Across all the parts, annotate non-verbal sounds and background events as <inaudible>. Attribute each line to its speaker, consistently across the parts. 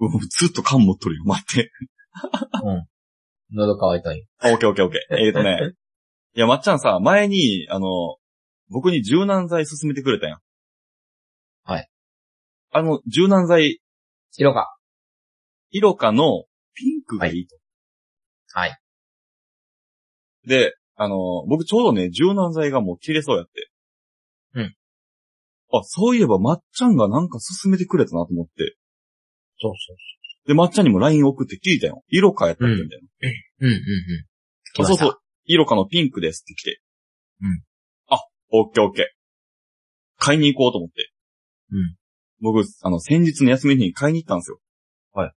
Speaker 1: うんずっと缶持っとるよ、待って。
Speaker 2: うん。喉乾いたんよ。
Speaker 1: あ、オッケーオッケーオッケー。えーとね。いや、まっちゃんさ、前に、あの、僕に柔軟剤勧めてくれたやん。
Speaker 2: はい。
Speaker 1: あの、柔軟剤、
Speaker 2: 色が。
Speaker 1: イロカのピンクがいいと。
Speaker 2: はい。
Speaker 1: で、あの、僕ちょうどね、柔軟剤がもう切れそうやって。
Speaker 2: うん。
Speaker 1: あ、そういえばまっちゃんがなんか勧めてくれたなと思って。
Speaker 2: そうそう
Speaker 1: で、まっちゃんにも LINE 送って聞いたよ。イロカやったっけみたいな。
Speaker 2: そう。うんうんうん。来
Speaker 1: あ
Speaker 2: ま
Speaker 1: そう
Speaker 2: した
Speaker 1: そう。イロカのピンクですって来て。
Speaker 2: うん。
Speaker 1: あ、オッケーオッケー。買いに行こうと思って。
Speaker 2: うん。
Speaker 1: 僕、あの、先日の休みの日に買いに行ったんですよ。
Speaker 2: はい。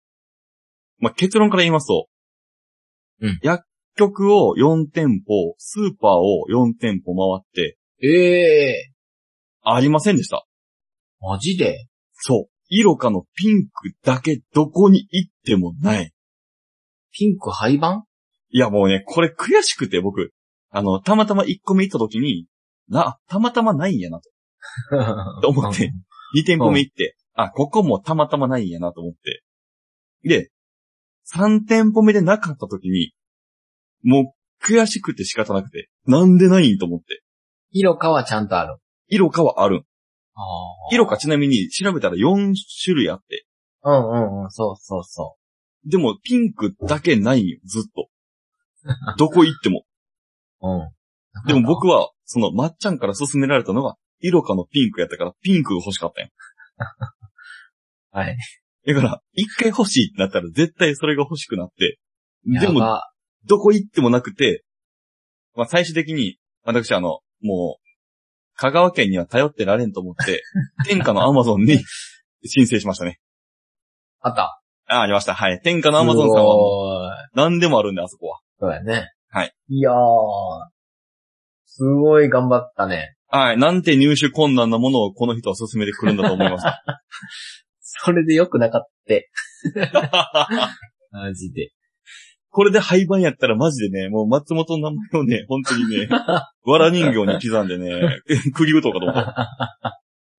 Speaker 1: まあ、結論から言いますと。
Speaker 2: うん
Speaker 1: 薬局を4店舗、スーパーを4店舗回って、
Speaker 2: ええ
Speaker 1: ありませんでした。
Speaker 2: マジで
Speaker 1: そう。イロカのピンクだけどこに行ってもない。
Speaker 2: ピンク廃盤
Speaker 1: いやもうね、これ悔しくて僕、あの、たまたま1個目行った時に、な、たまたまないんやなと。と <laughs> 思って。2店舗目行って、あ、ここもたまたまないんやなと思って。で、3店舗目でなかった時に、もう悔しくて仕方なくて、なんでないんと思って。
Speaker 2: 色かはちゃんとある。
Speaker 1: イロカはあるん。
Speaker 2: ああ
Speaker 1: イロカちなみに調べたら4種類あって。
Speaker 2: うんうんうん、そうそうそ
Speaker 1: でもピンクだけないんよ、ずっと。どこ行っても。
Speaker 2: う。うん。
Speaker 1: でも僕は、その、まっちゃんから勧められたのが、イロカのピンクやったから、ピンクが欲しかったんよ。
Speaker 2: はい。
Speaker 1: だから、一回欲しいってなったら、絶対それが欲しくなって、で
Speaker 2: でも
Speaker 1: も、、どこ行ってもなくて、まあ、最終的に、私、あの、もう、香川県には頼ってられんと思って、天下のアマゾンに申請しましたね。
Speaker 2: あった。
Speaker 1: あ、ありました。はい。天下のアマゾンさんはもう、何でもあるんで、あそこは。
Speaker 2: すごい。そうやね。
Speaker 1: はい。
Speaker 2: いやー。すごい頑張ったね。
Speaker 1: はい。なんて入手困難なものをこの人は勧めてくるんだと思いました。
Speaker 2: それで良くなか
Speaker 1: <laughs>
Speaker 2: った。マジで。
Speaker 1: これで廃盤やったらマジでね、もう松本の名前をね、本当にね、わら人形に刻んでね、 <laughs> 釘打とうかと思った。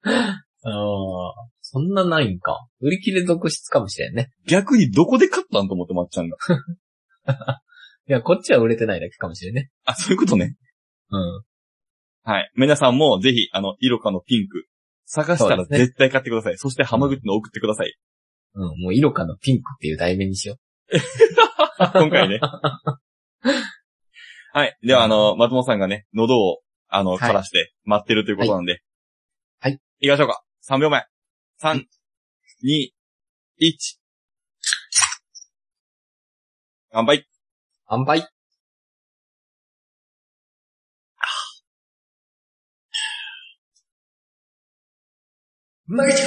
Speaker 2: ああ、そんなないんか。売り切れ続出かもしれんね。
Speaker 1: 逆にどこで買ったんと思って、まっちゃんが。
Speaker 2: いや、こっちは売れてないだけかもしれんね。
Speaker 1: あ、そういうことね。
Speaker 2: うん。
Speaker 1: はい。皆さんもぜひ、あの、イロカのピンク、探した
Speaker 2: そ
Speaker 1: ら
Speaker 2: うですね
Speaker 1: 絶対買ってください。そして浜口の送ってください。
Speaker 2: うん、もう、色かのピンクっていう題名にしよ
Speaker 1: 今回
Speaker 2: <laughs>
Speaker 1: ね。はい。では、あの、松本さんがね、喉を、あの、
Speaker 2: はい
Speaker 1: 枯らして待ってるということなんで。
Speaker 2: はいはい。
Speaker 1: 行きましょうか。3秒前。3、2、1。乾杯。
Speaker 2: う。販売。マイチ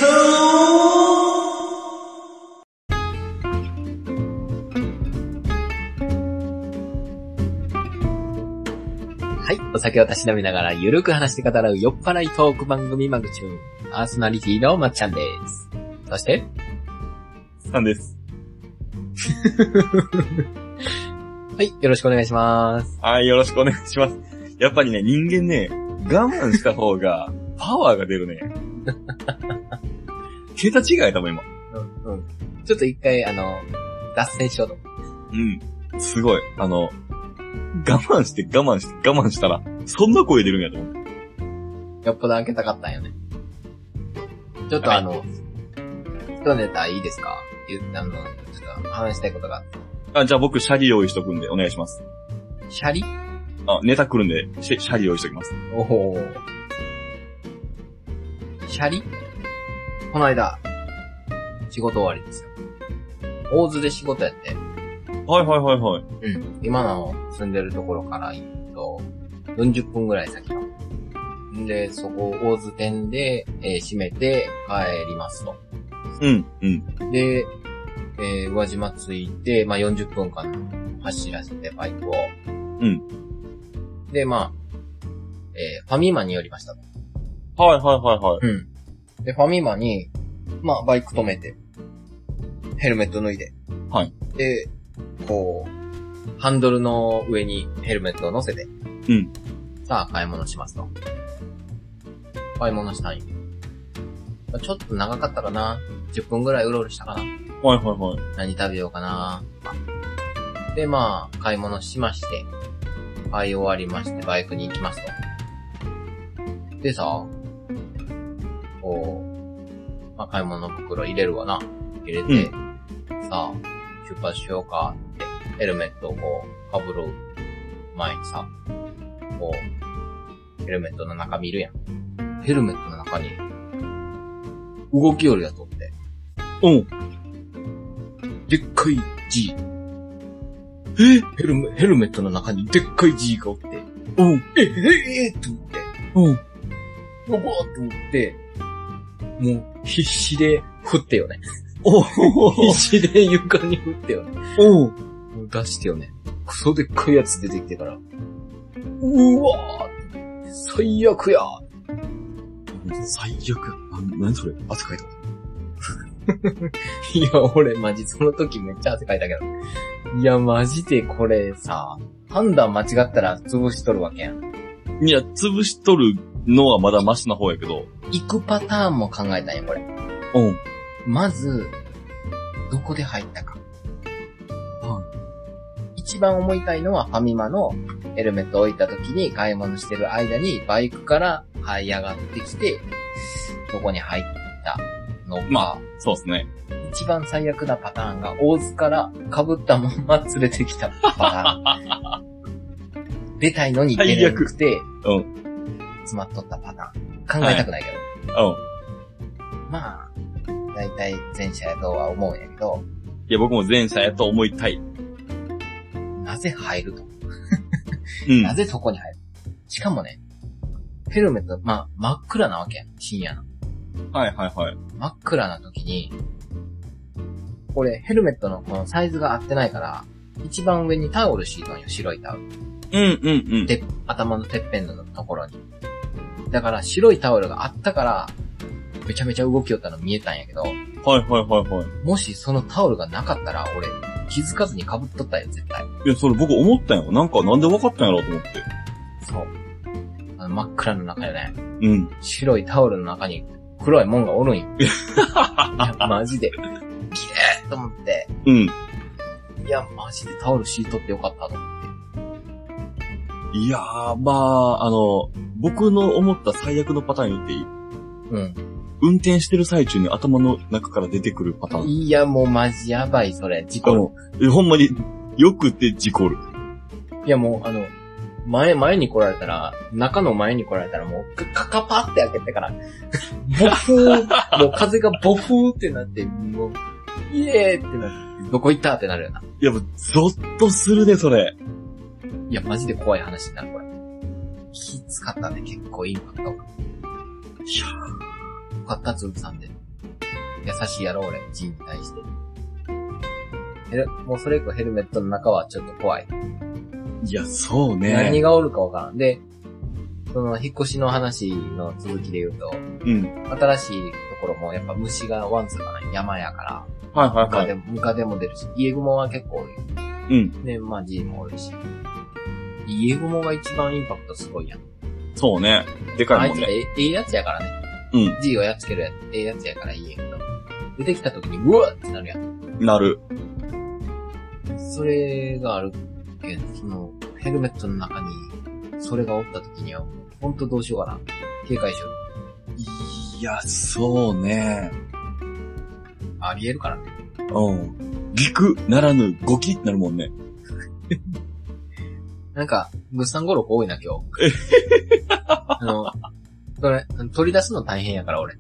Speaker 2: はい。お酒をたしなみながらゆるく話して語らう酔っ払いトーク番組マグチューン。パーソナリティのまっちゃんです。そして、
Speaker 1: 3です。
Speaker 2: はい。よろしくお願いします。
Speaker 1: はい、よろしくお願いします。やっぱりね、人間ね、我慢した方が、パワーが出るね。 <laughs> 桁違いだもん、今。
Speaker 2: うん、うん。ちょっと一回、あの、脱線しようと。
Speaker 1: うん。すごい。あの、我慢して我慢して我慢したら、そんな声出るんやと思う。
Speaker 2: よっぽど開けたかったんよね。ちょっと
Speaker 1: はい
Speaker 2: あの、一ネタいいですか言うあの、ちょっと話したいことがあって。
Speaker 1: あ、じゃあ僕、シャリ用意しとくんで、お願いします。
Speaker 2: シャリ
Speaker 1: あ、ネタ来るんで、シャシャリ用意しときます。
Speaker 2: おほー。シャリこの間、仕事終わりですよ。大津で仕事やって。
Speaker 1: はいはいはいはい。
Speaker 2: うん。今の住んでるところから言うと、40分ぐらい先の。んで、そこ、大津店で、えー閉めて帰りますと。
Speaker 1: うん、うん。。
Speaker 2: で、えー、宇和島着いて、まあ、40分間走らせて、バイクを。うんで、まあ、えーファミマに寄りました。
Speaker 1: はいはいはいはい。
Speaker 2: うん。で、ファミマに、まあ、バイク止めて、ヘルメット脱いで。
Speaker 1: はい。
Speaker 2: で、こう、ハンドルの上にヘルメットを乗せて。
Speaker 1: うん。
Speaker 2: さあ、買い物しますと。買い物したい。まあちょっと長かったかな。10分ぐらいうろうろしたかな。
Speaker 1: はいはいはい。
Speaker 2: 何食べようかな。で、まあ、買い物しまして、買い終わりまして、バイクに行きますと。でさ、こう、まあ、買い物袋入れるわな。入れて、
Speaker 1: う
Speaker 2: さあ、出発しようかって、ヘルメットをこう、かぶる前にさ、こう、ヘルメットの中見るやん。ヘルメットの中に、動きよりやとって、
Speaker 1: うん。
Speaker 2: でっかい G。
Speaker 1: え
Speaker 2: ヘルメヘルメットの中にでっかい G がおって、
Speaker 1: うん。
Speaker 2: え、え、え、え、と思って、
Speaker 1: うん。
Speaker 2: やばーと思って、もう必死で振ってよね。
Speaker 1: お
Speaker 2: 必死で床に振ってよね。
Speaker 1: おう
Speaker 2: もう出してよね。クソでっかいやつ出てきてから、うわー最悪やー
Speaker 1: 最悪。あ、何それ汗かいた。
Speaker 2: <laughs> いや、俺マジその時めっちゃ汗かいたけど。いや、マジでこれさ、判断間違ったら潰しとるわけやん。
Speaker 1: いや、潰しとるのはまだマシな方やけど。
Speaker 2: 行くパターンも考えたんや、これ。
Speaker 1: うん。
Speaker 2: まず、どこで入ったか。
Speaker 1: は
Speaker 2: 一番思いたいのはファミマのヘルメットを置いた時に買い物してる間にバイクから這い上がってきて、どこに入ったのか。
Speaker 1: まそうですね。
Speaker 2: 一番最悪なパターンが大津から被ったまんま連れてきたパタ
Speaker 1: <laughs>
Speaker 2: ーン。出たいのに出れなくて、
Speaker 1: 最悪う
Speaker 2: 詰まっとったパターン。考えたくないけど。
Speaker 1: うん。
Speaker 2: まあ、だいたい前者やとは思うんやけど、
Speaker 1: いや、僕も前者やと思いたい。
Speaker 2: なぜ入ると。
Speaker 1: うん
Speaker 2: な。ぜそこに入るしかもね、ヘルメット、まあ、真っ暗なわけやん。深夜の。
Speaker 1: はいはいはい。
Speaker 2: 真っ暗な時に、俺、ヘルメットのこのサイズが合ってないから、一番上にタオル敷いとんよ、白いタオル。
Speaker 1: うんうんうん。
Speaker 2: で、頭のてっぺんのところに。だから、白いタオルがあったから、めちゃめちゃ動きよったの見えたんやけど、
Speaker 1: はいはいはいはい。
Speaker 2: もしそのタオルがなかったら、俺、気づかずに被っとったよ、絶対。
Speaker 1: いや、それ僕思ったんよ。なんか、なんで分かったんやろうと思って。
Speaker 2: そう。あの真っ暗の中でね、
Speaker 1: うん。
Speaker 2: 白いタオルの中に黒いもんがお <laughs> るんよ。いやマジで。きれいと思って。
Speaker 1: うん。
Speaker 2: いや、マジでタオル敷いとってよかったと思って。
Speaker 1: いやー、まあ、あの、僕の思った最悪のパターン言っていい
Speaker 2: うん。
Speaker 1: 運転してる最中に頭の中から出てくるパターン。
Speaker 2: いや、もうマジやばい、それ。事
Speaker 1: あ
Speaker 2: 故る。
Speaker 1: の、えほんまに、よくて事故る。
Speaker 2: いや、もう、あの、前、前に来られたら、中の前に来られたら、もう、カカパって開けてから、ボフ <laughs> ー、もう風がボフーってなって、もう、イエーってなって、どこ行ったってなるよな。
Speaker 1: いや、もうゾッとするね、それ。
Speaker 2: いや、マジで怖い話になる、これ。きつかったね、結構インパクトが。よ
Speaker 1: いや
Speaker 2: かった、つぶさんで。優しいやろ、俺、ジンに対して。ヘル、もうそれ以降ヘルメットの中はちょっと怖い。
Speaker 1: いや、そう
Speaker 2: 何
Speaker 1: ね。
Speaker 2: がおるかわからん。で、その、引っ越しの話の続きで言うと、
Speaker 1: うん。
Speaker 2: 新しいところもやっぱ虫がワンツーかな、山やから、
Speaker 1: はいは
Speaker 2: ムカ
Speaker 1: いはい。
Speaker 2: デも、ムカデも出るし、イエグモは結構多い。
Speaker 1: うん。
Speaker 2: ね、まあ、ジンも多いし。イエグモが一番インパクトすごいやん。
Speaker 1: そうね。で
Speaker 2: あ
Speaker 1: かい
Speaker 2: い
Speaker 1: もん
Speaker 2: つ
Speaker 1: ね
Speaker 2: ら。えええやつやからね。
Speaker 1: うん。
Speaker 2: G をやっつけるやつ、ええやつやからいいやけど。出てきた時に、うわっってなるやん。
Speaker 1: なる。
Speaker 2: それがあるけん、その、ヘルメットの中に、それがおった時には、ほんとどうしようかな。警戒しよう。
Speaker 1: いや、そうね。
Speaker 2: ありえるからね。
Speaker 1: うん。ぎくならぬゴキってなるもんね。
Speaker 2: なんか、物産語録多いな、今日。あの、それ、取り出すの大変やから、俺。
Speaker 1: い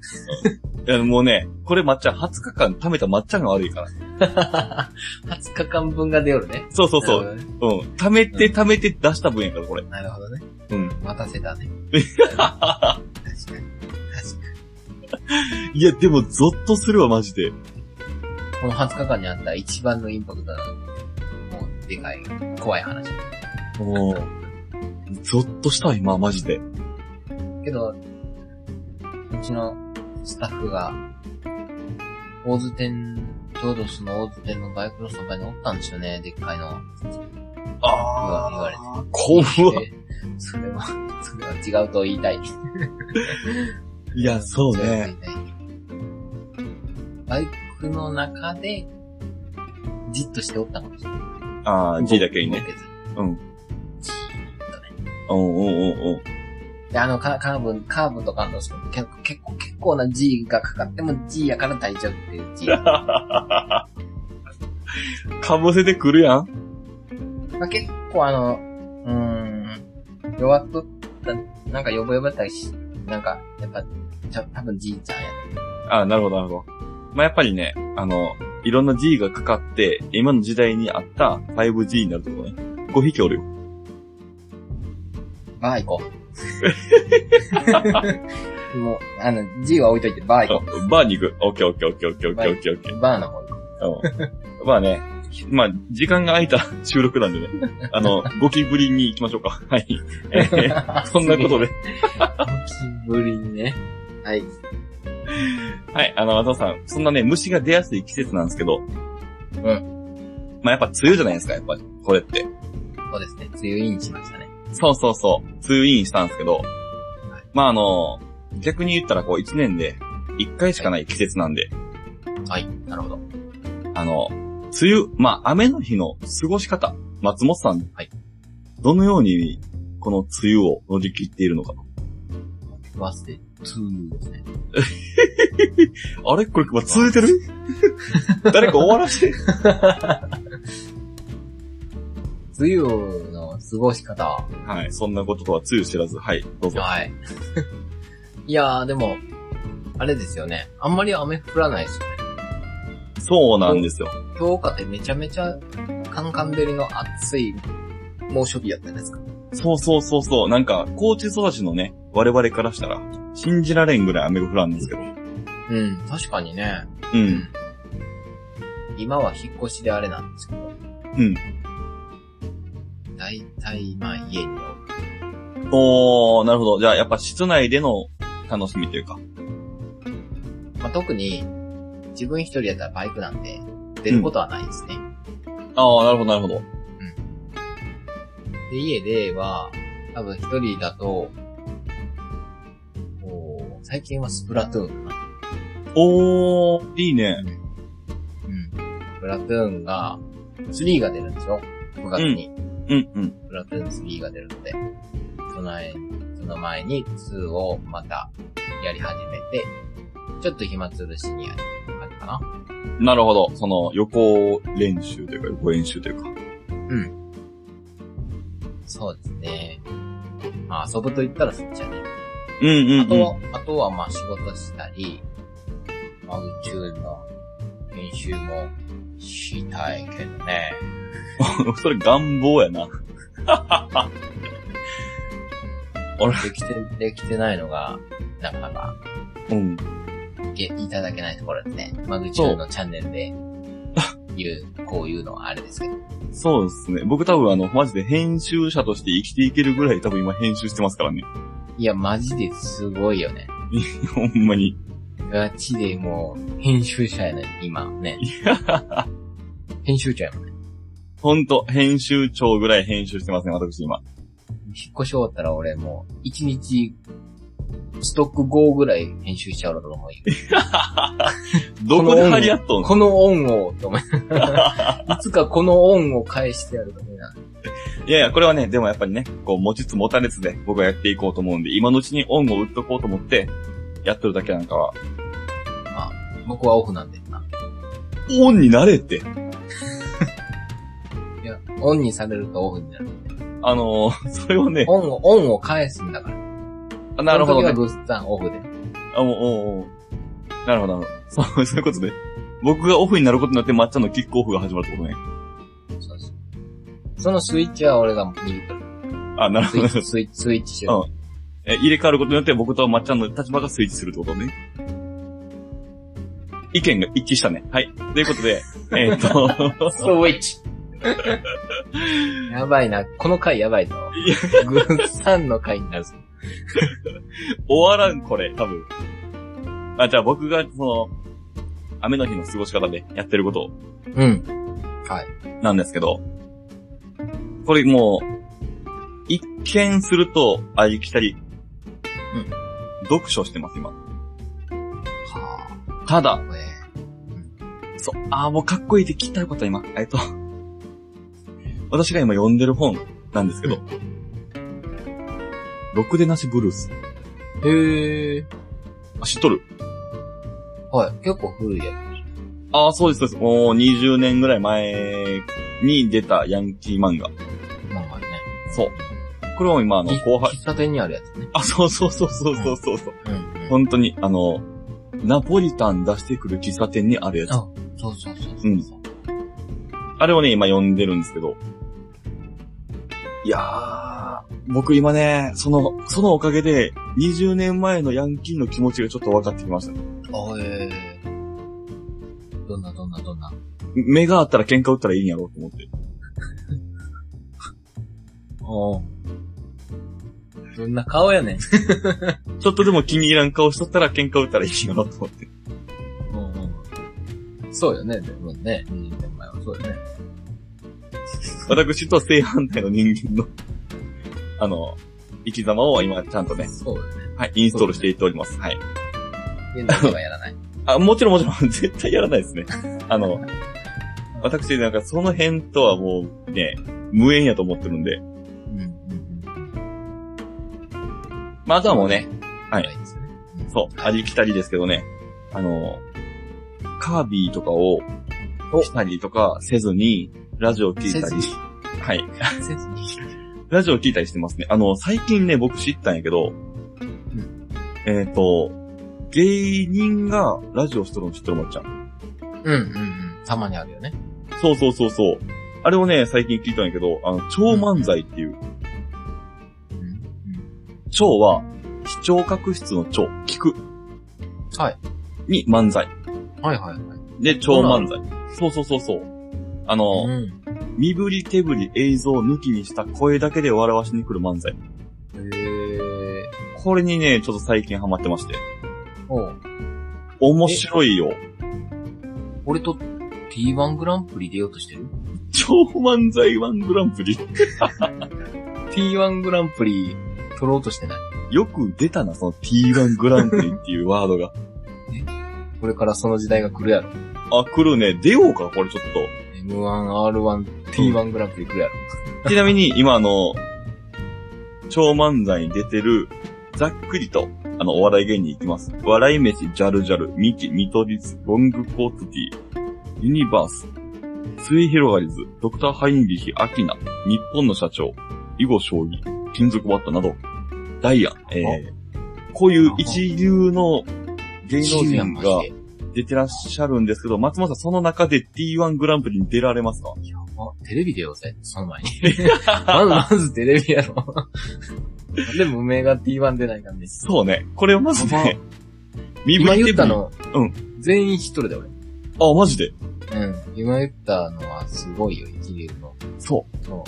Speaker 1: や、もうね、これ抹茶20日間貯めた抹茶が悪いから。
Speaker 2: 20日間分が出よるね。
Speaker 1: そうそうそう。
Speaker 2: なるほどね。
Speaker 1: うん。貯めて貯めて出した分やから、これ。
Speaker 2: なるほどね。
Speaker 1: うん。
Speaker 2: 待たせた
Speaker 1: <laughs>
Speaker 2: ね。確かに。確か
Speaker 1: いや、でも、ゾッとするわ、マジで。
Speaker 2: に。この20日間にあった一番のインパクトなの。もう、でかい、怖い話。
Speaker 1: もう、ゾッとした、今、マジで。
Speaker 2: けど、うちのスタッフが、大津店、ちょうどその大津店のバイクのそばにおったんですよね、でっかいの。ー
Speaker 1: ああ、怖っ。
Speaker 2: で <laughs> それは、それは違うと言いたい。
Speaker 1: いや、そうね。
Speaker 2: 違うと言いたい。バイクの中で、じっとしておったかもしれない。
Speaker 1: ああ、G だけに
Speaker 2: 動
Speaker 1: ね。
Speaker 2: けず。
Speaker 1: うん
Speaker 2: じーっとね。
Speaker 1: うんうんうんうん。
Speaker 2: で、あのカ、カーブ、カーブとかの、その結構、結構、結構な G がかかっても G やから大丈夫って
Speaker 1: <laughs>
Speaker 2: いう G。ま
Speaker 1: かぶせてくるやん。
Speaker 2: あ、結構あの、うーん、弱っとった、なんかヨボヨボやったりし、なんか、やっぱ、ちゃ、多分 G ちゃんや
Speaker 1: ああ、なるほどなるほど。まあ、やっぱりね、あの、いろんな G がかかって、今の時代に合った 5G になるとこね。5匹おるよ。
Speaker 2: バー行
Speaker 1: <laughs>
Speaker 2: こう。もう、あの、G は置いといて、バー行こ
Speaker 1: あバーに行く。オッケーオッケーオッケーオッケーオッケーオッケーオッケー
Speaker 2: う。バーの方行こ
Speaker 1: うん <laughs> まあね、まあ、時間が空いた <laughs> 収録なんでね、あの、ゴキブリに行きましょうか。はい。えー <laughs>
Speaker 2: う。
Speaker 1: そんなことで。
Speaker 2: <laughs> 久しぶりにね。はい。
Speaker 1: はい、あの、あとさん、そんなね、虫が出やすい季節なんですけど、
Speaker 2: う
Speaker 1: まあやっぱ梅雨じゃないですか、やっぱり、これって。
Speaker 2: そうですね。梅雨インしましたね。
Speaker 1: そうそうそう、梅雨インしたんですけど、まああの、逆に言ったらこう、一年で、一回しかない季節なんで、
Speaker 2: はい。なるほど。
Speaker 1: あの、梅雨、まあ、雨の日の過ごし方、松本さん、
Speaker 2: はい
Speaker 1: どのように、この梅雨を乗り切っているのか。
Speaker 2: 食わせて、2ですね。
Speaker 1: あれこれ、まあ、続い
Speaker 2: <laughs>
Speaker 1: てる誰か終わらして。
Speaker 2: 梅雨の過ごし方。
Speaker 1: はい、そんなこととはつゆ知らず。はい、どうぞ。
Speaker 2: はい。 <laughs> いやー、でも、あれですよね。あんまり雨降らないですよね。
Speaker 1: そうなんですよ。
Speaker 2: 今日かってめちゃめちゃ、カンカン照りの暑い猛暑日やったじゃないですか。
Speaker 1: そうそうそうそう。なんか、高知育ちのね、我々からしたら、信じられんぐらい雨が降らんですけど。
Speaker 2: うん、確かにね。
Speaker 1: うん。
Speaker 2: 今は引っ越しであれなんですけど。
Speaker 1: うん。
Speaker 2: だいたい、まあ家におる
Speaker 1: おー、なるほど。じゃあ、やっぱ室内での楽しみというか。
Speaker 2: まあ特に、自分一人やったらバイクなんで、出ることはないですね。
Speaker 1: あー、なるほど、なるほど。
Speaker 2: で、家では、多分一人だと、こう最近はスプラトゥーンかな。
Speaker 1: おー、いいね。
Speaker 2: うん。スプラトゥーンが、3が出るんですよ。9月に。
Speaker 1: うん、うん。
Speaker 2: スプラトゥーン3が出るので、その前その前に2をまたやり始めて、ちょっと暇つぶしにやる感じかな。
Speaker 1: なるほど。その、予行練習というか、予行演習というか。
Speaker 2: うん。そうですね。まあ遊ぶと言ったらそっちやね。
Speaker 1: うん、うん、
Speaker 2: あと
Speaker 1: うん。
Speaker 2: は、あとはまあ仕事したり、まあ宇宙の研修もしたいけどね。
Speaker 1: <laughs> それ願望やな。
Speaker 2: できて、できてないのが、なかなか、
Speaker 1: うん。
Speaker 2: げいただけないところですね。まあ宇宙のチャンネルで、言う、こういうのはあれですけど。
Speaker 1: そうですね。僕多分あの、マジで編集者として生きていけるぐらい多分今編集してますからね。 <laughs>
Speaker 2: いや、マジですごいよね。
Speaker 1: ほんまに。
Speaker 2: ガチでもう、編集者やね、今
Speaker 1: <laughs>
Speaker 2: ね。編集者やもんね。
Speaker 1: ほんと、編集長ぐらい編集してますね、私今。
Speaker 2: 引っ越し終わったら俺もう、一日、ストック5ぐらい編集しちゃうと思うよ。
Speaker 1: どこで張り合っとんの
Speaker 2: このオンを、と思いながらいつかこのオンを返してやると思いながら
Speaker 1: いやいや、これはね、でもやっぱりね、こう、持ちつ持たれつで僕はやっていこうと思うんで、今のうちにオンを打っとこうと思って、やってるだけなんかは、
Speaker 2: 僕はオフなんでな。
Speaker 1: オンになれって。
Speaker 2: いや、オンにされるとオフにな <laughs> る。
Speaker 1: あのー、 <laughs> それをね、
Speaker 2: オンを、オンを返すんだから。
Speaker 1: あなるほどね
Speaker 2: そ。の時はグッサンオフで。
Speaker 1: あ、もう、おうおうなるほど、なるほど。そう、そういうことで。僕がオフになることになって、抹茶のキックオフが始まるってことね。
Speaker 2: そうそう。そのスイッチは俺が握ってる。
Speaker 1: あ、なるほ
Speaker 2: スイ
Speaker 1: ど
Speaker 2: ッ。チ、スイッチ、スイッチしてる
Speaker 1: うん。え、入れ替わることによって僕とまっちゃんの立場がスイッチするってことね。意見が一致したね。はい。ということで、えーっ
Speaker 2: <laughs>
Speaker 1: と、
Speaker 2: スイッチ。 <laughs> やばいな。この回や <laughs> ばいぞ。グッサンの回になるぞ。
Speaker 1: 終わらん、これ、多分。あ、じゃあ僕が、その、雨の日の過ごし方でやってること
Speaker 2: うん。
Speaker 1: なんですけど、これもう、一見すると、ありきたり。
Speaker 2: うん。
Speaker 1: 読書してます、今。
Speaker 2: は
Speaker 1: ただ
Speaker 2: ぁ、、これ。
Speaker 1: そう。ああ、もうかっこいいって聞いたよかった、今。えっと。私が今読んでる本なんですけど。ろくでなしブルース。
Speaker 2: へえ。
Speaker 1: あ、知っとる
Speaker 2: はい。結構古いやつ。
Speaker 1: ああ、そうです、そうです。もう20年ぐらい前に出たヤンキー漫画。
Speaker 2: 漫画ね。
Speaker 1: そう。これも今、あの、
Speaker 2: ぎ
Speaker 1: 後輩。
Speaker 2: 喫茶店にあるやつね。
Speaker 1: あ、そうそうそうそうそうそうそう。
Speaker 2: うん、
Speaker 1: 本当に、あの、ナポリタン出してくる喫茶店にあるやつ。
Speaker 2: あそうそうそうそうそう。
Speaker 1: あれをね、今読んでるんですけど。いやー、僕今ね、その、そのおかげで、20年前のヤンキーの気持ちがちょっと分かってきました。
Speaker 2: あええどんなどんなどんな。
Speaker 1: 目があったら喧嘩打ったらいいんやろうと思
Speaker 2: <laughs>
Speaker 1: って。
Speaker 2: おどんな顔やねん。
Speaker 1: ちょっとでも気に入らん顔しとったら喧嘩打ったらいいんやろうと思って。
Speaker 2: うんうん。そうよね、でもね。20年前はそうよね。
Speaker 1: 私と正反対の人間の、あの、生き様を今ちゃんとね、
Speaker 2: そうよね。
Speaker 1: はい、インストールしていっております。はい。
Speaker 2: 現在ではやらない。
Speaker 1: あ、もちろんもちろん、 <laughs> 絶対やらないですね。あの、私なんかその辺とはもうね、無縁やと思ってるんで。
Speaker 2: うんうんうん。
Speaker 1: まあ、あとはもうね、はい
Speaker 2: ないですね。
Speaker 1: そう、ありきたりですけどね、あの、カービィとかを
Speaker 2: お
Speaker 1: したりとかせずに、ラジオ聞いたり
Speaker 2: せず。
Speaker 1: はい。
Speaker 2: うん。せずに。
Speaker 1: ラジオ聞いたりしてますね。あの、最近ね、僕知ったんやけど、えっ、と、芸人がラジオしとるの知ってるもんちゃん。
Speaker 2: うんうんうん。たまにあるよね。
Speaker 1: そうそうそうそう。あれをね、最近聞いたんやけど、あの、超漫才っていう、
Speaker 2: うん
Speaker 1: 超は、視聴覚室の超、聞く。
Speaker 2: はい。
Speaker 1: に漫才。
Speaker 2: うん。はいはいはい。
Speaker 1: で、超漫才。そうそうそうそう。あの、
Speaker 2: ん。
Speaker 1: 身振り手振り映像を抜きにした声だけで笑わしに来る漫才。
Speaker 2: へえ。
Speaker 1: これにね、ちょっと最近ハマってまして。
Speaker 2: おう
Speaker 1: 面白いよ。
Speaker 2: 俺と T1 グランプリ出ようとしてる
Speaker 1: 超漫才ワングランプリ。
Speaker 2: ?T1 グランプリ取ろうとしてない。
Speaker 1: よく出たな、その T1 グランプリっていうワードが。
Speaker 2: これからその時代が来るやろ。
Speaker 1: あ、来るね。出ようか、これちょっ
Speaker 2: M1、R1、T1 グランプリ来るやろ。
Speaker 1: と。 <laughs> ちなみに、今あの、超漫才に出てる、ざっくりと、あの、お笑い芸人いきます。笑い飯、ジャルジャル、ミキ、ミトリス、ロングコートティー、ユニバース、スイヒロガリズ、ドクターハインリヒ、アキナ、日本の社長、囲碁将棋、金属バットなど、ダイヤ、えーこういう一流の芸能
Speaker 2: 自由や
Speaker 1: 人
Speaker 2: んマジ
Speaker 1: が
Speaker 2: で、
Speaker 1: 出てらっしゃるんですけど、松本さん、その中で T1 グランプリに出られますか
Speaker 2: あ、テレビ出ようぜ、その前に。まず、まずテレビやろ。 <laughs> でも、無名が T1 出ないからね。
Speaker 1: そうね。これをまずね、身
Speaker 2: 今
Speaker 1: 振り手振り
Speaker 2: 言った。の、
Speaker 1: う
Speaker 2: 全員一人だよ、
Speaker 1: あ、マジで。
Speaker 2: 俺。うん。今言ったのは、すごいよ、一流の。
Speaker 1: そ。
Speaker 2: そ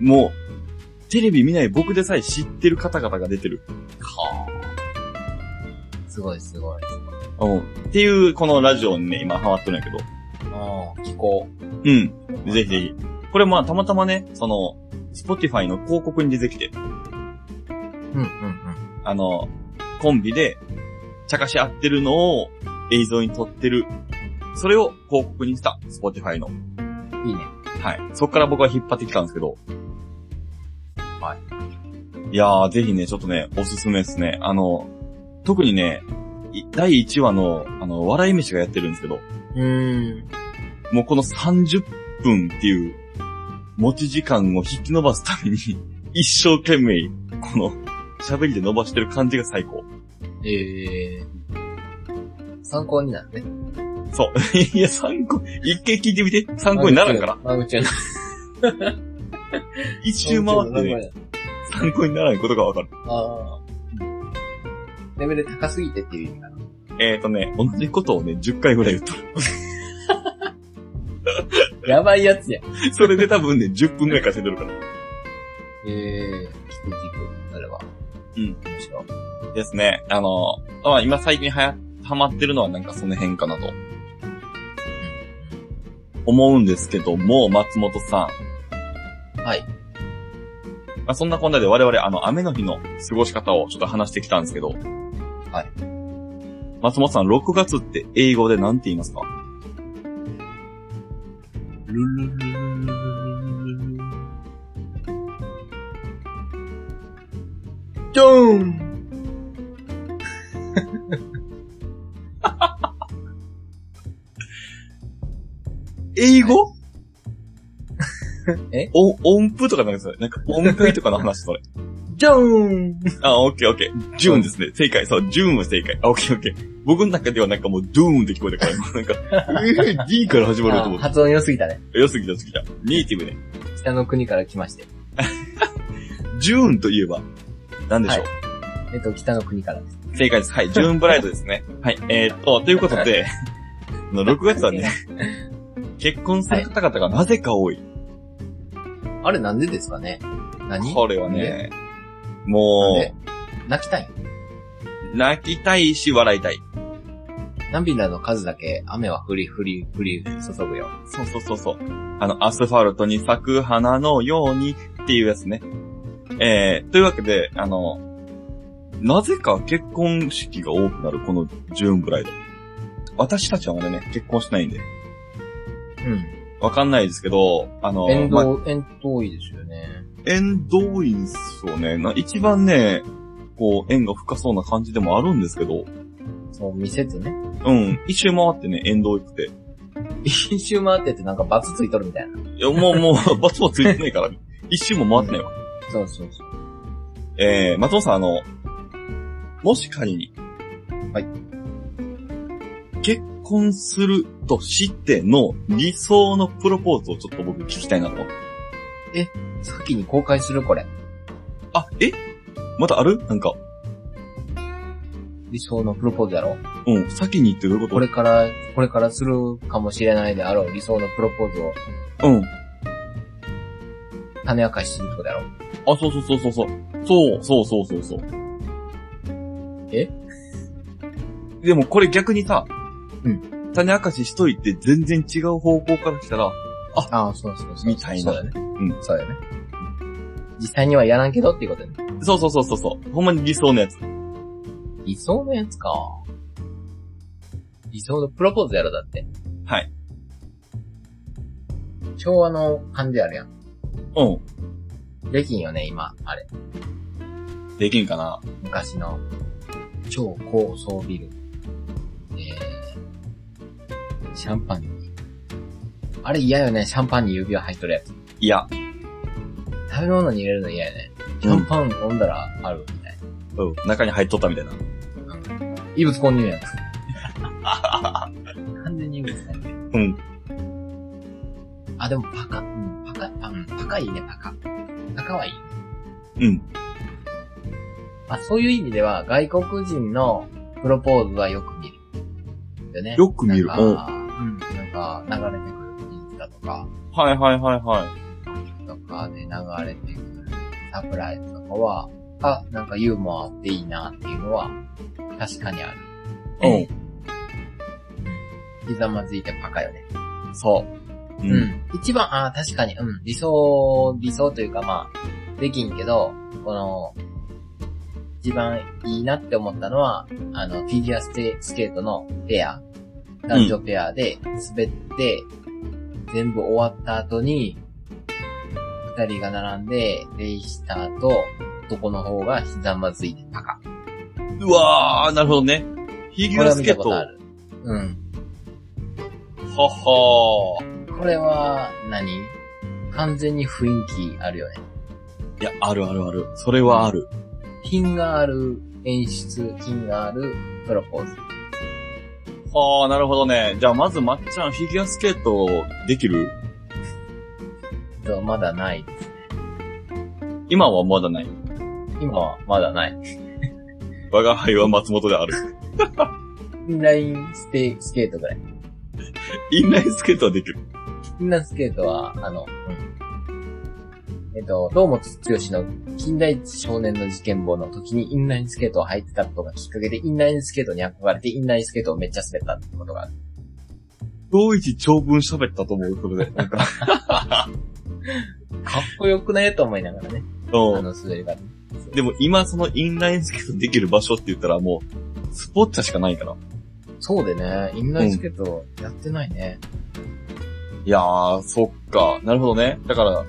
Speaker 2: う
Speaker 1: もう、テレビ見ない僕でさえ知ってる方々が出てる。
Speaker 2: う。はぁ。すごい、すごい。
Speaker 1: うん。っていう、このラジオにね、今ハマっとるんやけど。
Speaker 2: ああ、聞こ
Speaker 1: うん。
Speaker 2: う。
Speaker 1: ぜひぜひ。これまあ、たまたまね、その、Spotify の広告に出てきて、
Speaker 2: うん、うん、うん。
Speaker 1: あの、コンビで、茶化し合ってるのを映像に撮ってる。それを広告にした Spotify の
Speaker 2: いいね。
Speaker 1: はい。そっから僕は引っ張ってきたんですけど。。
Speaker 2: はい
Speaker 1: いやー、ぜひね、ちょっとね、おすすめですね。あの、特にね、い第1話の、あの、笑い飯がやってるんですけど、
Speaker 2: うーん。
Speaker 1: もうこの30分っていう、持ち時間を引き伸ばすために、 <laughs> 一生懸命、この、喋りで伸ばしてる感じが最高。 <laughs>
Speaker 2: ええ参考になるね。
Speaker 1: そう。いや、参考、一回聞いてみて。参考にならんから。
Speaker 2: 間口やな。
Speaker 1: 一周回ってね、参考にならんことがわかる。
Speaker 2: ああ。レベル高すぎてっていう意味かな。
Speaker 1: えーとね、同じことをね、10回ぐらい言った。
Speaker 2: やばいやつや。
Speaker 1: <laughs> それで多分ね、10分ぐらい稼いでるから。
Speaker 2: ええー、聞く聞く、それは。
Speaker 1: うん。
Speaker 2: 面白い。
Speaker 1: ですね。あの、まあ、今最近はや、ハマってるのはなんかその辺かなと。思うんですけども、松本さ
Speaker 2: はい。。
Speaker 1: ん。まあ、そんなこんなで我々、あの、雨の日の過ごし方をちょっと話してきたんですけど。はい松本さん、6月って英語で何て言いますか
Speaker 2: ドーン
Speaker 1: 英語
Speaker 2: え
Speaker 1: お、音符とかなんかそれ。なんか音符とかの話それ。
Speaker 2: ドーン
Speaker 1: あ、オッケーオッケー。ジューンですね。正解。そう、ジューンは正解。あ、オッケーオッケー。僕の中ではなんかもうドゥーンって聞こえたから、もうなんか、えー、D から始まると思
Speaker 2: あ
Speaker 1: っ
Speaker 2: 発音良すぎたね。
Speaker 1: て。よすぎた、良すぎた。ネイティブね。
Speaker 2: 北の国から来まして。
Speaker 1: ジューンといえば、なんでしょう。
Speaker 2: はえっと、北の国からです。
Speaker 1: 正解です。はい。ジューンブライドですね。はい。えーっと、ということで、あの6月はね、結婚する方々がなぜか多い。
Speaker 2: あれなんでですかね何
Speaker 1: これはね、
Speaker 2: なん
Speaker 1: も、
Speaker 2: で泣きたいう
Speaker 1: 泣きたいし笑いたい。
Speaker 2: 涙の数だけ雨は降り降り降り注ぐよ。
Speaker 1: そうそうそうそう。あの、アスファルトに咲く花のようにっていうやつね。えー、というわけで、あの、なぜか結婚式が多くなる、このジューンブライド。私たちはまだね、結婚しないんで、
Speaker 2: うん。
Speaker 1: わかんないですけど、あの、
Speaker 2: 遠
Speaker 1: まあ
Speaker 2: 藤、遠遠いですよね。
Speaker 1: 縁遠いんすよね。な一番ね、こう、縁が深そうな感じでもあるんですけど、
Speaker 2: そう、見せずね。
Speaker 1: うん、一周回ってね、縁遠くて。
Speaker 2: 一周回っててなんかバツついとるみたいな。
Speaker 1: いや、もう、もう、バツもついてないから、一周も回ってないわ。
Speaker 2: そうそうそう。
Speaker 1: えー、松尾さん、あの、もし仮に、
Speaker 2: はい。
Speaker 1: 結婚するとしての理想のプロポーズをちょっと僕聞きたいなと思って。
Speaker 2: 先に公開するこれ。
Speaker 1: あ、えまたあるなんか、
Speaker 2: 理想のプロポーズやろ
Speaker 1: うん、先に言ってどういうこ
Speaker 2: ことれから、これからするかもしれないであろう理想のプロポーズを
Speaker 1: うん。
Speaker 2: 種明かしするとこだろ
Speaker 1: あ、そうそうそうそうそう。そう、そうそうそうそう。
Speaker 2: え
Speaker 1: でもこれ逆にさ、。
Speaker 2: うん
Speaker 1: 種明かししといて全然違う方向から来たら、
Speaker 2: ああ、そうそうそうそう。
Speaker 1: みたいな
Speaker 2: そうだね。
Speaker 1: う
Speaker 2: そうだね。実際にはやらんけどっていうことね。
Speaker 1: そうそうそうそうそう。ほんまに理想のやつ。
Speaker 2: 理想のやつか。理想のプロポーズやろだって。
Speaker 1: はい。
Speaker 2: 昭和の感じあるやん。
Speaker 1: う
Speaker 2: できんよね、今、あれ。
Speaker 1: ん。できんかな
Speaker 2: 昔の、超高層ビル。えー、シャンパンに。あれ嫌よね、シャンパンに指輪入っとるやつ。
Speaker 1: いや。
Speaker 2: 食べ物に入れるの嫌よね。シャ
Speaker 1: う
Speaker 2: ン
Speaker 1: ん。
Speaker 2: パン飲んだらあるみたい
Speaker 1: うん。中に入っとったみたいな。
Speaker 2: な。異物混入やつ。完全に異物混入。
Speaker 1: うん。
Speaker 2: あ、でもパカ、うん、パカ、パン、パカいいね、パカ。パカはいい。
Speaker 1: うん。
Speaker 2: まあ、そういう意味では、外国人のプロポーズはよく見る。よね。
Speaker 1: よく見る
Speaker 2: なんか、うん。なんか、流れてくるインスタとか、
Speaker 1: はいはいはいはい。
Speaker 2: とかで流れてくるサプライズとかは、あ、なんかユーモアあっていいなっていうのは、確かにある。
Speaker 1: うん
Speaker 2: うん。ひざまずいてパカよね。
Speaker 1: そう。う
Speaker 2: う。ん。一番、あー確かに、うん。理想、理想というかまあ、できんけど、この、一番いいなって思ったのは、あの、フィギュアスケスケートのペア、男女ペアで滑って、全部終わった後に、二人が並んで、レイした後、男の方がひざまずいてパカ。
Speaker 1: うわー、なるほどね。フィギ
Speaker 2: こ
Speaker 1: ュ
Speaker 2: れ
Speaker 1: ア
Speaker 2: は
Speaker 1: ス
Speaker 2: 見
Speaker 1: ケ
Speaker 2: た
Speaker 1: ー
Speaker 2: こ
Speaker 1: ト。
Speaker 2: とあ
Speaker 1: は
Speaker 2: る。うん。
Speaker 1: はー。
Speaker 2: これは何、完全に雰囲気あるよね。
Speaker 1: いや、あるあるある。それはある。
Speaker 2: 品がある演出、品があるプロポーズ。
Speaker 1: はあ、なるほどね。じゃあ、まず、まっちゃん、フィギュアスケート、できる
Speaker 2: とまだないです。
Speaker 1: 今はまだない。
Speaker 2: 今はまだない。
Speaker 1: 我が輩は松本であ <laughs> る。
Speaker 2: インラインステスケートぐらい。
Speaker 1: インラインスケートはできる。
Speaker 2: インラインスケートは、あの、うん。えっと、堂本剛の近代一少年の事件簿の時にインラインスケートを履いてたことがきっかけで、インラインスケートに憧れて、インラインスケートをめっちゃ滑ったってことがある。
Speaker 1: 同一長文喋ったと思う、それで。なん <laughs> か、
Speaker 2: かっこよくないと思いながらね。あ
Speaker 1: う
Speaker 2: の滑り方。
Speaker 1: ん。でも、今、そのインラインスケートできる場所って言ったら、もう、スポッチャしかないから。
Speaker 2: そうでね、インラインスケートやってないね。
Speaker 1: いやー、そっか。なるほどね。だから、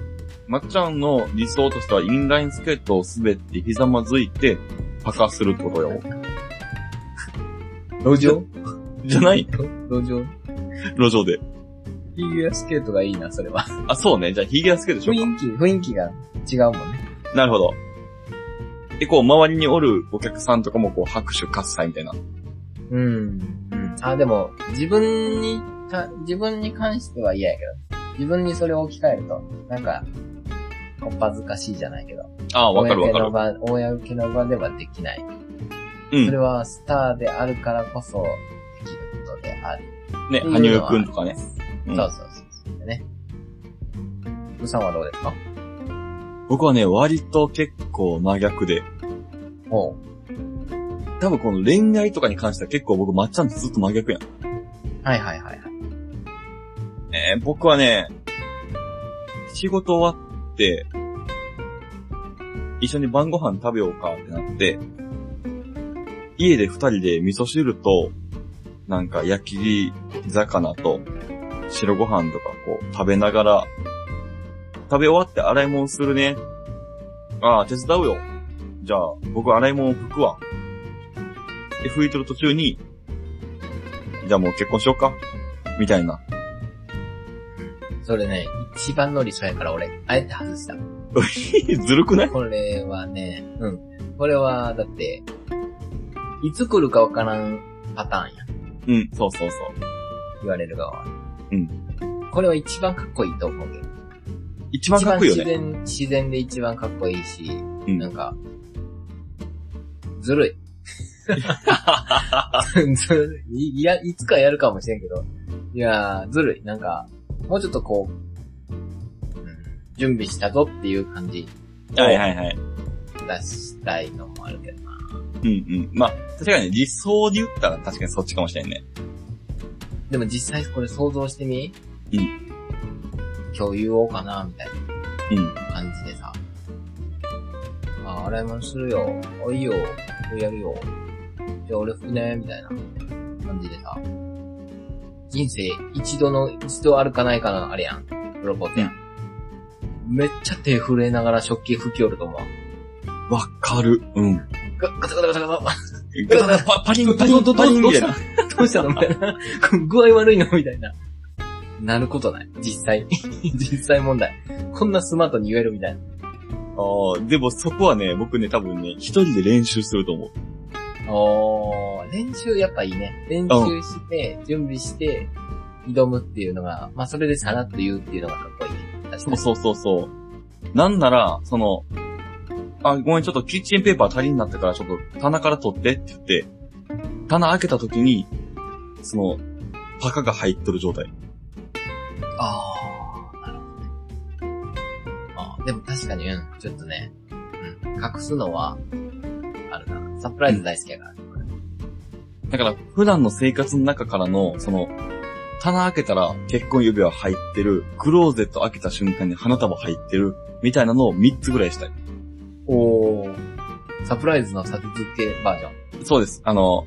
Speaker 1: まっちゃんの理想としてはインラインスケートを滑ってひざまずいて、パカするってことよ。
Speaker 2: 路 <laughs> 上
Speaker 1: じゃない
Speaker 2: 路上フ
Speaker 1: <laughs> 路上で。
Speaker 2: ィギュアスケートがいいな、それは。
Speaker 1: あ、そうね。じゃあ、ヒゲラスケートでしょ
Speaker 2: 雰
Speaker 1: うか。
Speaker 2: 囲気、雰囲気が違うもんね。
Speaker 1: なるほど。で、こう、周りにおるお客さんとかも、こう、拍手喝采みたいな。
Speaker 2: うん。うん。あ、でも、自分に、た自分に関しては嫌やけど。自分にそれを置き換えると、なんか、こっぱずかしいじゃないけど。
Speaker 1: ああ、わかるわか
Speaker 2: 公
Speaker 1: る
Speaker 2: の。場、公の場ではできない。
Speaker 1: う
Speaker 2: それ
Speaker 1: ん。
Speaker 2: はスターであるからこそ、できることである。
Speaker 1: ね、
Speaker 2: って
Speaker 1: 羽
Speaker 2: いうの
Speaker 1: 生
Speaker 2: は
Speaker 1: くんとかね。うん
Speaker 2: そうそうそうそう。ね。うさんはどうですか
Speaker 1: 僕はね、割と結構真逆で。
Speaker 2: おう。
Speaker 1: 多分この恋愛とかに関しては結構僕、まっちゃんとずっと真逆やん。
Speaker 2: はいはいはいはい。
Speaker 1: えー僕はね、仕事終わって、一緒に晩ご飯食べようかってなって、家で二人で味噌汁と、なんか焼き魚と白ご飯とかこう食べながら、食べ終わって洗い物するね。ああ、手伝うよ。じゃあ、僕洗い物拭くわ。で、拭いてる途中に、じゃあもう結婚しようかみたいな。
Speaker 2: それね、一番の理想やから俺、あえて外した。
Speaker 1: <laughs> ずるくない
Speaker 2: <laughs> これはね、うん。これは、だって、いつ来るかわからんパターンや。
Speaker 1: うん、そうそうそう。
Speaker 2: 言われる側は。
Speaker 1: うん。
Speaker 2: これは一番かっこいいと思うけど。
Speaker 1: 一番かっこいいよね。
Speaker 2: 一番自然、自然で一番かっこいいし、
Speaker 1: うん
Speaker 2: なんか、ずるい。ずるい。いや、いつかやるかもしれんけど。いやー、ずるい。なんか、もうちょっとこう、うん準備したぞっていう感じ
Speaker 1: はいはいはい。
Speaker 2: 出したいのもあるけどな。
Speaker 1: うんうん。まあ、確かに理想で言ったら確かにそっちかもしれんね。
Speaker 2: でも実際これ想像してみ
Speaker 1: う
Speaker 2: 共有をかなみたい
Speaker 1: うん。
Speaker 2: な感じでさ。あ、洗い物するよ。あ、いいよ。これやるよ。じゃあ俺服ねみたいな感じでさ。人生一度の、一度あるかないかのあれやん。プロポーズやん。めっちゃ手震えながら食器拭きおると思う。
Speaker 1: わかる。うん。
Speaker 2: ガガタガタガタガタ。
Speaker 1: パパリン、パリン、
Speaker 2: どどど
Speaker 1: パリン
Speaker 2: どう
Speaker 1: みた
Speaker 2: し
Speaker 1: い
Speaker 2: た
Speaker 1: な。
Speaker 2: どうしたのみたいな。具合悪いのみたいな。なることない。実際。 <laughs> 実際問題。こんなスマートに言えるみたいな。
Speaker 1: ああ、でもそこはね、僕ね、多分ね、一人で練習すると思う。
Speaker 2: おー、練習やっぱいいね。練習して、準備して、挑むっていうのが、まあそれでさらっと言うっていうのがかっこいいね。確か
Speaker 1: そう
Speaker 2: に。
Speaker 1: そうそうそう。なんなら、その、あ、ごめん、ちょっとキッチンペーパー足りんなったから、ちょっと棚から取ってって言って、棚開けた時に、その、パカが入っとる状態。
Speaker 2: あー、なるほどね。あーでも確かに、うん、ちょっとね、うん、隠すのは、あるな。サプライズ大好きやから。
Speaker 1: だから、普段の生活の中からの、その、棚開けたら結婚指輪入ってる、クローゼット開けた瞬間に花束入ってる、みたいなのを3つぐらいしたい。
Speaker 2: おー。サプライズの立て付けバージョ
Speaker 1: そうです。あの、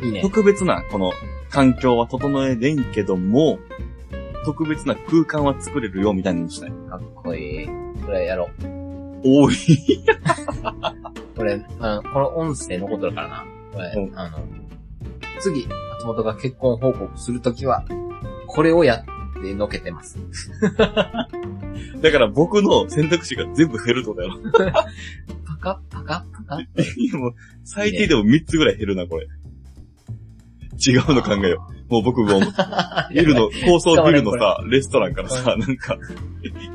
Speaker 2: ン。いいね。
Speaker 1: 特別な、この、環境は整えれんけども、特別な空間は作れるよ、みたいなのにしたい。
Speaker 2: かっこいい。これやろう。
Speaker 1: おい。 <laughs>
Speaker 2: これ、あの、この音声残っとるからな。これ、
Speaker 1: うん
Speaker 2: あの、次、松本が結婚報告するときは、これをやってのけてます。
Speaker 1: だから僕の選択肢が全部減るってことやろ。
Speaker 2: パカパカパカ
Speaker 1: いやもう最低でも3つぐらい減るな、これ。違うの考えよう。もう僕もう、 <laughs> ビルの、高層ビルのさ、レストランからさ、なんか、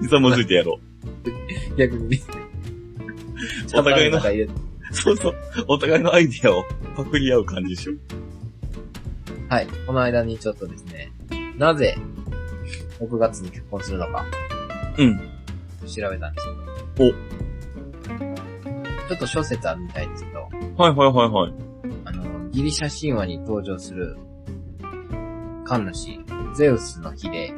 Speaker 1: いざまずいてやろ
Speaker 2: <laughs>
Speaker 1: <laughs>
Speaker 2: 逆にね。
Speaker 1: う。お互いの
Speaker 2: 茶、番とか入れて
Speaker 1: そうそう、お互いのアイディアをパクり合う感じでしょ。
Speaker 2: はい。この間にちょっとですね、なぜ、6月に結婚するのか、
Speaker 1: うん。
Speaker 2: 調べたんですけど。おちょっと諸説あるみたいですけど、
Speaker 1: はいはいはいはい。
Speaker 2: あの、ギリシャ神話に登場する、神主、ゼウスの日で、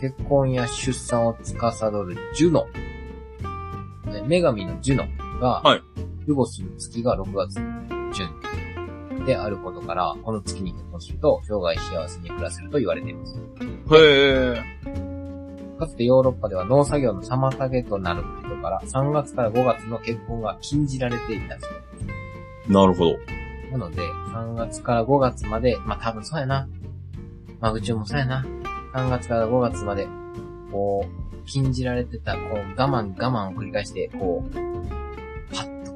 Speaker 2: 結婚や出産を司るジュノ、ね女神のジュノが、
Speaker 1: はい
Speaker 2: ルゴスの月が6月順であることから、この月に結婚すると、生涯幸せに暮らせると言われています。
Speaker 3: へえ。
Speaker 2: かつてヨーロッパでは農作業の妨げとなることから、3月から5月の結婚が禁じられていたそう
Speaker 1: なるほ <laughs> ど。
Speaker 2: なので、3月から5月まで、まあ多分そうやな。マグチューンもそうやな。3月から5月まで、こう、禁じられてた、こう、我慢我慢を繰り返して、こう、パッと、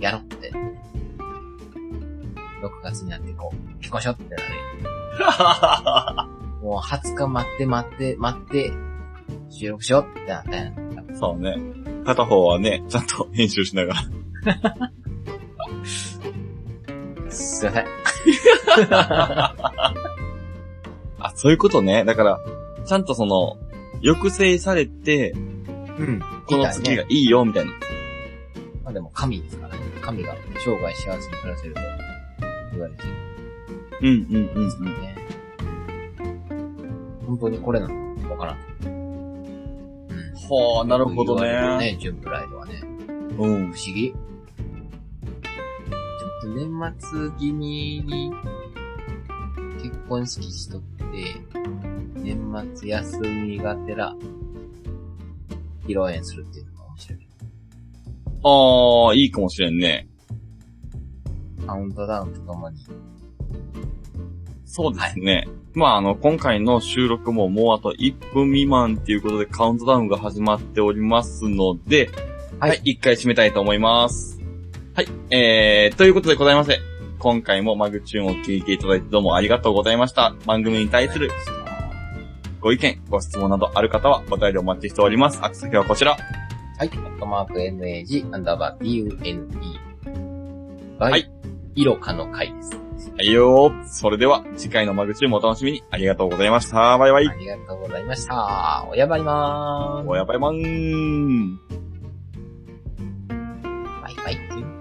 Speaker 2: やろうって。6月になって、こう、結婚しようってなる。もう20日待って待って待って、収録しようってなったやん。
Speaker 1: そうね。片方はね、ちゃんと編集しながら。
Speaker 2: すいません。
Speaker 1: あ、そういうことね。だから、ちゃんとその、抑制されて、
Speaker 2: うん。
Speaker 1: この次がいいよ、みたいな。
Speaker 2: まあでも神ですからね。神が生涯幸せに暮らせると言われてるん
Speaker 1: うん、うん、うん、うん。
Speaker 2: でね。本当にこれなのわからん。うん。
Speaker 1: はあ、なるほど
Speaker 2: よく言われ
Speaker 1: ね。
Speaker 2: るね、ジュンプライドはね。
Speaker 1: うん。
Speaker 2: 不思議。ちょっと年末気味に結婚式しとって、年末休みがてら、披露宴するっていうのが面白い。
Speaker 1: ああ、いいかもしれんね。
Speaker 2: カウントダウンとともに。
Speaker 1: そうですね。まあ、あの、今回の収録ももうあと1分未満っていうことでカウントダウンが始まっておりますので、
Speaker 2: は
Speaker 1: はいい、一、回締めたいと思います。はい、えー、ということでございまして、今回もマグチューンを聞いていただいてどうもありがとうございました。番組に対するご意見、ご質問などある方はお便りお待ちしております。アクセスはこちら。
Speaker 2: はい。アットマーク MAG、アンダーバー DUNE。は
Speaker 1: はいい。
Speaker 2: いろかの会です。
Speaker 1: はいよー。それでは、次回のマグチューンもお楽しみに。ありがとうございました。バイバイ。
Speaker 2: ありがとうございました。おやばいまー
Speaker 1: おやばいまん。
Speaker 2: す。バイバイ。